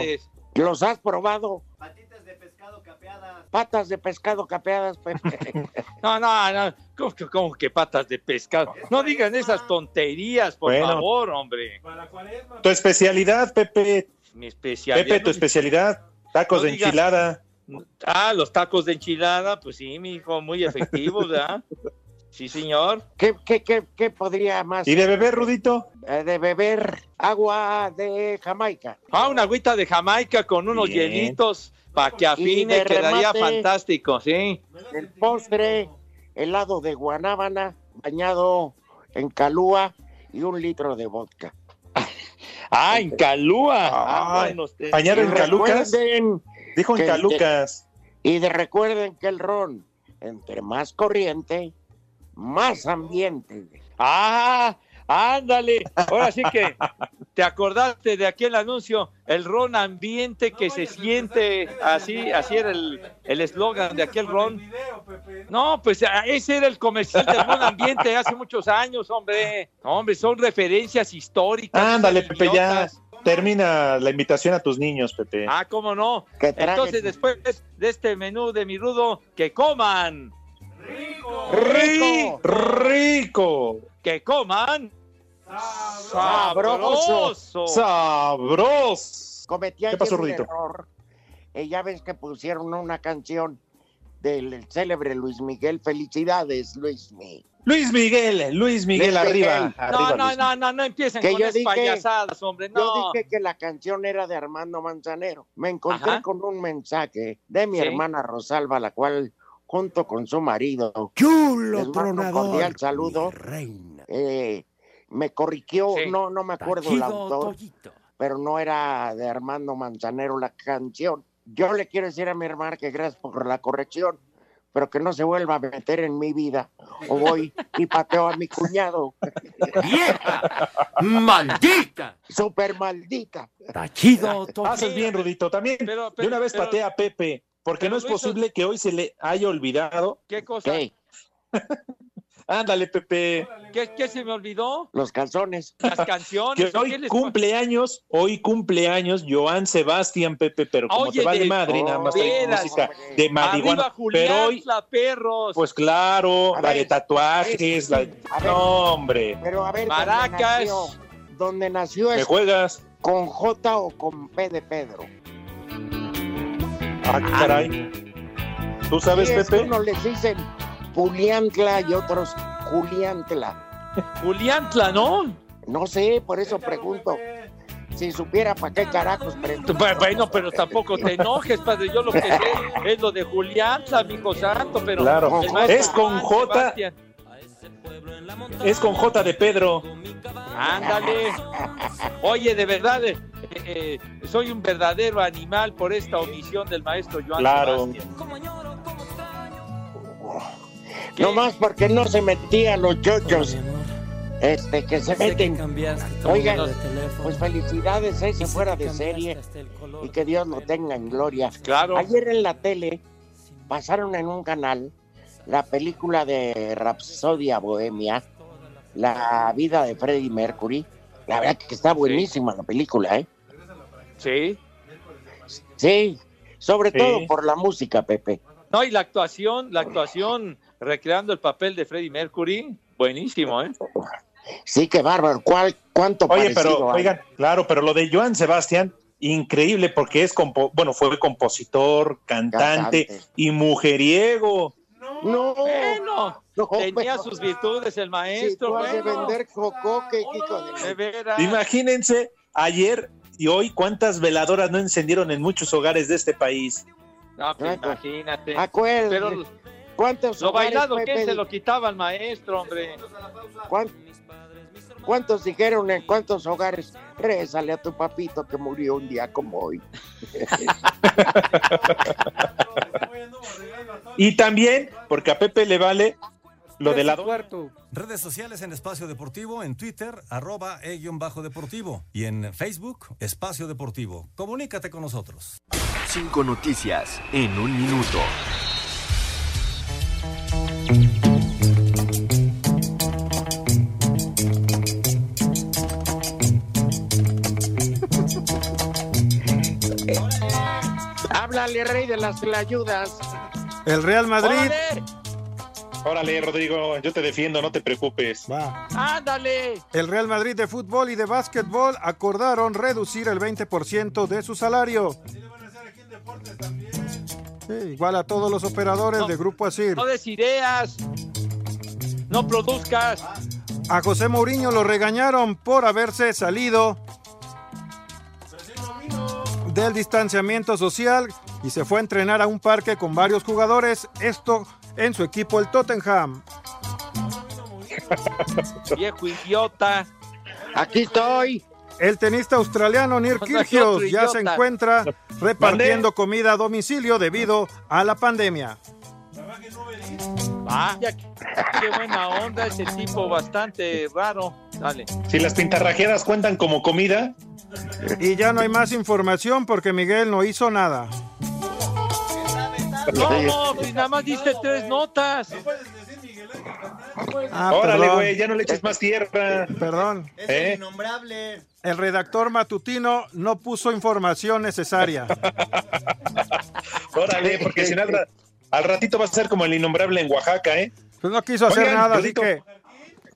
¿Los has probado? Patitas de pescado capeadas. pues. Patas de pescado capeadas, Pepe. No, no, no. ¿Cómo, que- cómo que patas de pescado? No digan esas tonterías, por Bueno. favor, hombre. Tu especialidad, Pepe. Mi especialidad. Pepe, tu No- especialidad. Tacos no de digas- enchilada. Ah, los tacos de enchilada, pues sí, mi hijo, muy efectivos, ¿verdad? Sí, señor. ¿Qué, qué, qué, qué podría más? ¿Y de beber, Rudito? Eh, de beber agua de Jamaica. Ah, una agüita de Jamaica con unos Bien. hielitos para que Y afine, de quedaría remate- fantástico, sí. el postre, helado de guanábana bañado en Calúa y un litro de vodka. Ah, en Calúa. Ah, bueno, usted- Pañaron ¿Y Calucas? Dijo en Calucas. y de- recuerden que el ron, entre más corriente, más ambiente. Ah, ándale. Ahora sí que te acordaste de aquel anuncio, el ron ambiente que se siente, así, así era el el eslogan de aquel ron. No, pues ah, ese era el comercial del ron ambiente hace muchos años, hombre. Hombre, son referencias históricas. Ándale, Pepe, ya idiotas. termina la invitación a tus niños, Pepe. Ah, cómo no. Que traguen. Entonces, después de este menú de mi rudo, que coman. ¡Rico! ¡Rico! Que coman. Sabroso. ¡Sabroso! Cometí ayer pasó, un Rudito? error. Eh, ya ves que pusieron una canción del célebre Luis Miguel. Felicidades, Luis Miguel. Luis Miguel, Luis Miguel, Luis arriba. Miguel. arriba, No, no, Luis no, no, no empiecen Que con yo esas dije- payasadas, hombre. Yo No. dije que la canción era de Armando Manzanero. Me encontré Ajá. con un mensaje de mi Sí. hermana Rosalba, la cual, junto con su marido, les mando un tronador, cordial saludo. Eh, me corrigió, no, no me acuerdo el Tajido, autor, pero no era de Armando Manzanero la canción. Yo le quiero decir a mi hermana que gracias por la corrección, pero que no se vuelva a meter en mi vida. O voy y pateo a mi cuñado. ¡Maldita! Super maldita. Tachido, Ah, Haces bien, Rudito. También, de una vez pero- patea a Pepe, porque pero no es lo hizo- posible que hoy se le haya olvidado. ¿Qué cosa? Ándale, Pepe. ¿Qué, qué se me olvidó? Los calzones. Las canciones. Que ¿qué hoy les- cumpleaños, hoy cumpleaños Joan Sebastián Pepe, pero como Oye, te va de de- madre, nada más trae veras, música de marihuana. Arriba Julián, Pero hoy, la perros. pues claro, A la ver, este, de tatuajes, la de... a ver. No, hombre, Pero a ver, ¿dónde Maracas. nació? ¿dónde nació, me es juegas. con J o con P de Pedro? Ah, caray. ¿Tú sabes, Sí, es que Pepe? Unos les dicen Juliantla y otros Juliantla. Juliantla, ¿no? No sé, por eso pregunto. Si supiera para qué carajos pregunto. Bu- Bueno, pero tampoco te enojes, padre. Yo lo que sé es lo de Juliantla, mijo santo, pero. Claro, el maestro es con Juan J. Sebastián. Es con J de Pedro. Ándale. Oye, de verdad, eh, eh, soy un verdadero animal por esta omisión del maestro Joan Claro. Sebastián. Nomás porque no se metían los chochos. Este, que se meten. Oigan, pues felicidades, ese fuera de serie. Y que Dios lo tenga en gloria. Claro. Ayer en la tele pasaron en un canal la película de Rapsodia Bohemia, La vida de Freddie Mercury. La verdad que está buenísima la película, ¿eh? Sí. Sí, sobre Sí. todo por la música, Pepe. No, y la actuación, la actuación recreando el papel de Freddie Mercury, buenísimo, ¿eh? Sí, qué bárbaro. ¿Cuál, ¿Cuánto Oye, parecido pero, hay? oigan, claro, pero lo de Joan Sebastián, increíble, porque es, compo- bueno, fue compositor, cantante, Cantante. y mujeriego. No, Bueno, no, tenía pero- sus virtudes el Si maestro, Oh, tú has de bueno, vender jocoque, hijo de... de veras. Imagínense ayer y hoy cuántas veladoras no encendieron en muchos hogares de este país. No, pues, imagínate. Acuérdate. Pero ¿Cuántos lo hogares, bailado Pepe, que se di- lo quitaba el maestro, hombre. cuán- ¿Cuántos dijeron en cuántos hogares? Résale a tu papito que murió un día como hoy. Y también, porque a Pepe le vale lo de la... Redes sociales en Espacio Deportivo, en Twitter, arroba e e-deportivo y en Facebook, Espacio Deportivo. Comunícate con nosotros. Cinco noticias en un minuto. Háblale, rey de las ayudas. El Real Madrid. ¡Órale! Órale, Rodrigo, yo te defiendo, no te preocupes. ¡Ándale! El Real Madrid de fútbol y de básquetbol acordaron reducir el 20% de su salario. Sí, igual a todos los operadores de Grupo Asir. No des ideas, no produzcas. Ah. A José Mourinho lo regañaron por haberse salido del distanciamiento social y se fue a entrenar a un parque con varios jugadores, esto en su equipo el Tottenham. Viejo idiota. Aquí estoy. El tenista australiano Nir Kyrgios ya se encuentra repartiendo comida a domicilio debido a la pandemia. Vaya, Ah, qué buena onda ese tipo, bastante raro. Dale. Si las pintarrajeadas cuentan como comida, Y ya no hay más información porque Miguel no hizo nada. ¿Cómo? Pues nada más diste tres notas. Ah, órale, perdón. güey, ya no le eches más tierra. Perdón. ¿Eh? Innombrable. El redactor matutino no puso información necesaria. Órale, porque si nada, al ratito va a ser como el innombrable en Oaxaca, ¿eh? Pues no quiso hacer Oigan, nada, así Rudito. que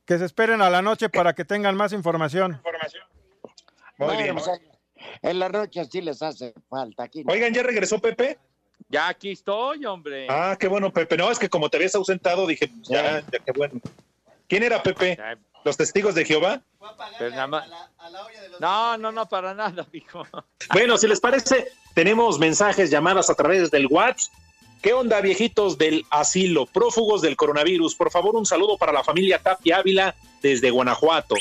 que se esperen a la noche para que tengan más información. Muy Bueno, bien. pues, en la noche sí les hace falta. Aquí no. Oigan, ¿ya regresó Pepe? Ya aquí estoy, hombre. Ah, qué bueno, Pepe. No, es que como te habías ausentado, dije, pues, ya, ya, qué bueno. ¿Quién era Pepe? ¿Los testigos de Jehová? Pues nada más- No, no, no, para nada, hijo. Bueno, si les parece, tenemos mensajes, llamadas a través del WhatsApp. ¿Qué onda, viejitos del asilo, prófugos del coronavirus? Por favor, un saludo para la familia Tapia Ávila desde Guanajuato.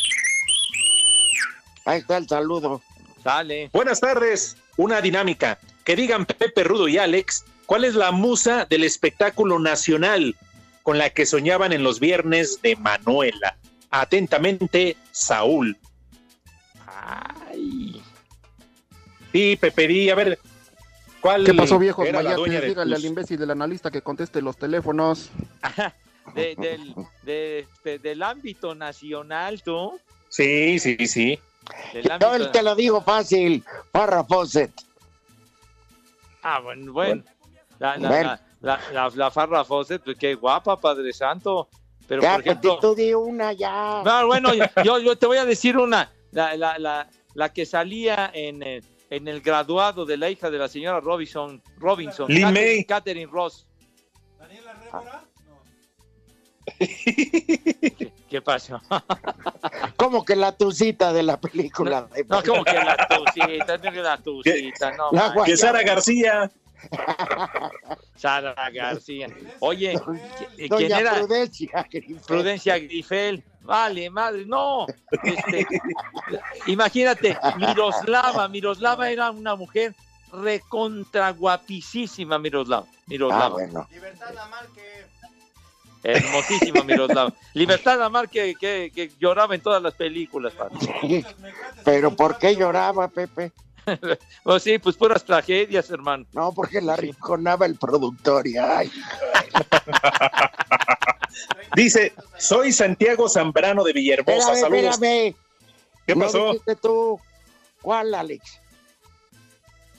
Ahí está el saludo. Dale. Buenas tardes. Una dinámica. Que digan Pepe Rudo y Alex, ¿cuál es la musa del espectáculo nacional con la que soñaban en los viernes de Manuela? Atentamente, Saúl. Ay. Sí, Pepe, di, a ver, ¿cuál ¿Qué pasó, viejos era la mayates? dueña de Díganle al tus- imbécil del analista que conteste los teléfonos. De- del, de- este, del ámbito nacional, tú. Sí, sí, sí. Del Yo ámbito- te lo digo fácil, Farrah Fawcett. Ah, bueno, bueno. La, la, Bueno. la, la, la- la Farrah Fawcett, pues qué guapa, Padre Santo. Pero, ya, por ejemplo, pues, tú di una ya. No, bueno, yo, yo te voy a decir una. La, la, la, la que salía en el, en el graduado de la hija de la señora Robinson. Robinson. Lin Catherine- May. Catherine Ross. ¿Qué, qué pasó? Como que la tucita de la película. de- No, como que la tucita, no que la tucita, no. La manches. Que Sara García. Sara García. Oye, ¿qui- ¿quién Doña era? Prudencia. Grifo. Prudencia Grifel. Vale, madre, no. Este, imagínate, Miroslava, Miroslava era una mujer recontra guapísima, Miroslava. Miroslava. Ah, bueno. Hermosísima Miroslava. Libertad Amar que, que, que lloraba en todas las películas, padre. Pero ¿por qué lloraba, Pepe? Pues sí, pues puras tragedias, hermano. No, porque la rinconaba el productor y ay. Dice, soy Santiago Zambrano de Villahermosa. Espérame, Saludos. espérame. ¿Qué ¿No pasó? dijiste tú? ¿Cuál, Alex?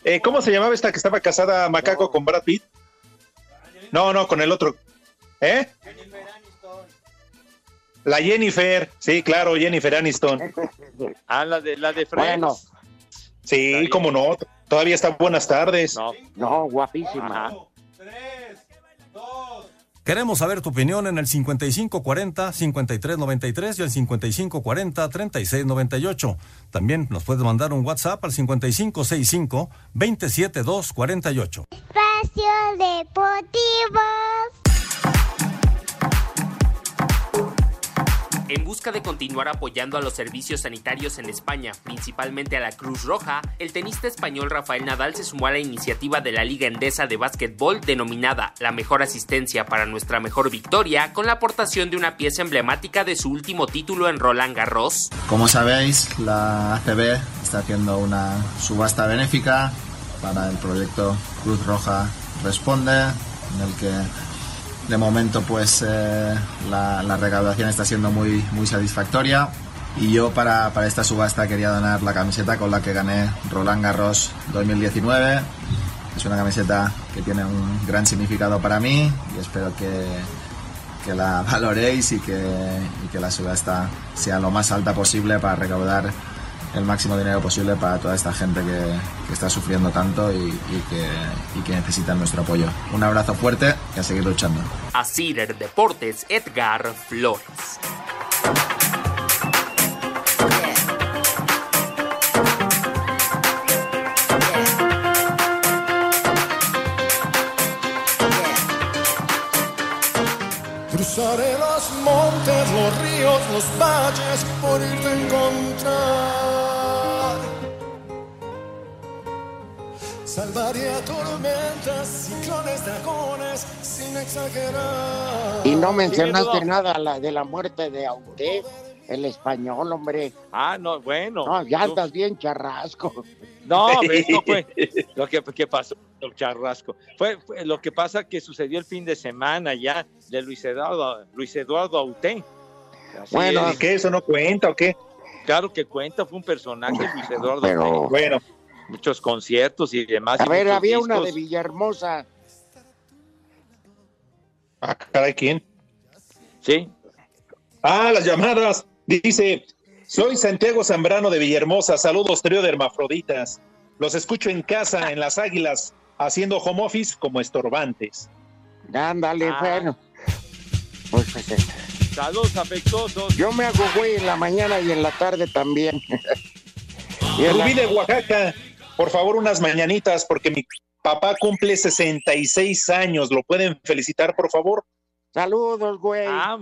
Eh, ¿Cómo se llamaba esta que estaba casada Macaco con Brad Pitt? No, no, con el otro. ¿Eh? La Jennifer, sí, claro, Jennifer Aniston. Ah, la de, la de Friends. Bueno. Sí, cómo no, todavía está buenas tardes. No, guapísima. Queremos saber tu opinión en el 5540-5393 y el 5540-3698. También nos puedes mandar un WhatsApp al 5565-27248. Espacio Deportivo. En busca de continuar apoyando a los servicios sanitarios en España, principalmente a la Cruz Roja, el tenista español Rafael Nadal se sumó a la iniciativa de la Liga Endesa de Básquetbol denominada La Mejor Asistencia para Nuestra Mejor Victoria, con la aportación de una pieza emblemática de su último título en Roland Garros. Como sabéis, la ACB está haciendo una subasta benéfica para el proyecto Cruz Roja Responde, en el que de momento pues eh, Ah. la, la recaudación está siendo muy, muy satisfactoria. Y yo para, para esta subasta quería donar la camiseta con la que gané Roland Garros 2019. Es una camiseta que tiene un gran significado para mí y espero que, que la valoréis y que, y que la subasta sea lo más alta posible para recaudar el máximo dinero posible para toda esta gente que, que está sufriendo tanto y, y que, y que necesita nuestro apoyo. Un abrazo fuerte y a seguir luchando. A Cider Deportes, Edgar Flores. Cruzaré los montes, los ríos, los valles por irte a encontrar. Salvaría tormentas, ciclones, dragones, sin exagerar. Y no mencionaste nada la de la muerte de Audé, el español, hombre. Ah, no, bueno. No, ya Tú- estás bien charrasco. No, pero no fue lo que, que pasó, el charrasco. Fue, fue lo que pasa que sucedió el fin de semana ya de Luis Eduardo, Luis Eduardo Auté. Así bueno, es. ¿qué? ¿Eso no cuenta o qué? claro que cuenta, fue un personaje Luis Eduardo Pero- Auté. Bueno. Muchos conciertos y demás. A y ver, muchos había una de discos. Villahermosa. Ah, caray, ¿quién? Sí. Ah, las llamadas. Dice, soy Santiago Zambrano de Villahermosa. Saludos, trío de hermafroditas. Los escucho en casa, en las águilas, haciendo home office como estorbantes. Ándale, Ah. bueno. Pues, pues, eh, Saludos afectuosos. yo me hago güey en la mañana y en la tarde también. Y en la- Rubí de Oaxaca, por favor, unas mañanitas, porque mi papá cumple 66 años. ¿Lo pueden felicitar, por favor? Saludos, güey. Ah,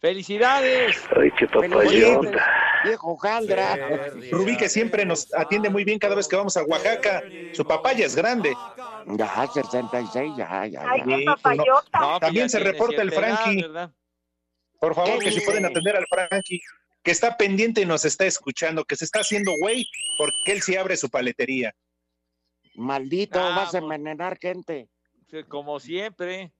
Felicidades. Ay, qué Felicidades, Viejo Jaldra. Rubí, que siempre nos atiende muy bien cada vez que vamos a Oaxaca. Su papá ya es grande. Ya, 66, ya, ya. Ay, ya. qué papayota. No, También se pues tiene reporta el cierta edad, Frankie. ¿verdad? Por favor, ¿Qué que si dice? pueden atender al Frankie, que está pendiente y nos está escuchando, que se está haciendo güey, porque él sí abre su paletería. Maldito, Ah, vas a pues. envenenar gente. Como siempre.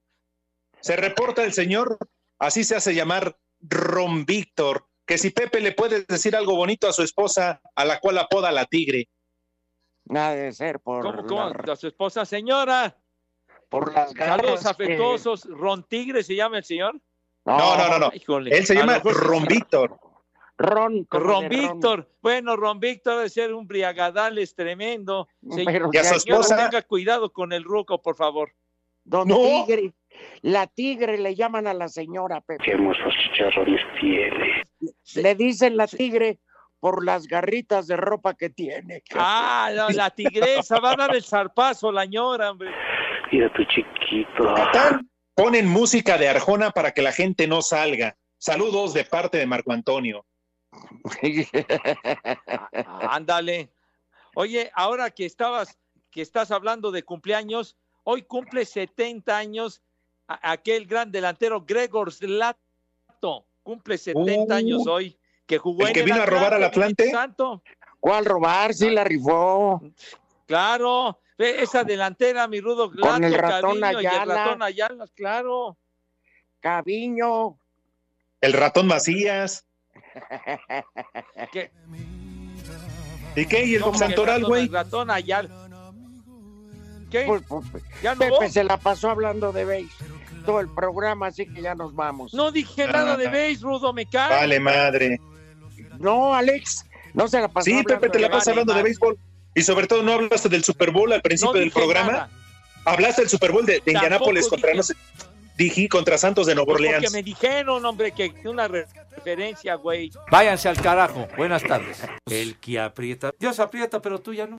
Se reporta el señor, así se hace llamar Ron Víctor, que si Pepe le puede decir algo bonito a su esposa, a la cual apoda la tigre. Nada de ser por, ¿Cómo, cómo? la- A su esposa, señora. por las garras. Saludos que- afectuosos. Ron Tigre se llama el señor. No, no, no, no. Híjole. Él se A llama lo mejor- Ron Víctor. Ron, como Ron de Ron. Víctor. Bueno, Ron Víctor debe ser un briagadales tremendo. Se- Pero Y a su señora, esposa- tenga cuidado con el ruco, por favor. Don No. Tigre. La tigre le llaman a la señora, Pepe. Qué hermosos chicharrones tiene. Le dicen la tigre por las garritas de ropa que tiene. Ah, la, la tigresa. Va a dar el zarpazo la ñora, hombre. Mira tu chiquito. Catán, ponen música de Arjona para que la gente no salga. Saludos de parte de Marco Antonio. Ándale. Oye, ahora que estabas, que estás hablando de cumpleaños, hoy cumple 70 años a- aquel gran delantero Gregor Zlato. Cumple 70 Uh, años hoy. Que jugó el en que vino a robar al Atlante, Atlante. Santo. ¿Cuál robar? Sí la rifó. Claro, ve esa delantera, mi rudo Con el Glato, ratón Calviño y el Ayala. ratón Ayala, claro. Caviño. El ratón Macías. Que- ¿Y qué? ¿Y el no, Bob que el Santoral, ratón- güey? el ratón Ayala. ¿Qué? Pues, pues, ¿Ya no Pepe vos? se la pasó hablando de béis todo el programa, así que ya nos vamos. No dije nada de béis, Rudo, me cae. Ah, Vale, madre. No, Alex, no se la pasó Sí, hablando Pepe, te la de pasas vale, hablando de madre. béisbol. Y sobre todo, no hablaste del Super Bowl al principio No del dije programa. nada. Hablaste del Super Bowl de, de Tampoco Indianápolis dije- contra, no sé, dije, contra Santos de Nueva Pues Orleans. porque me dijeron, hombre, que una re- referencia, güey. Váyanse al carajo. Buenas tardes. El que aprieta. Dios aprieta, pero tú ya no.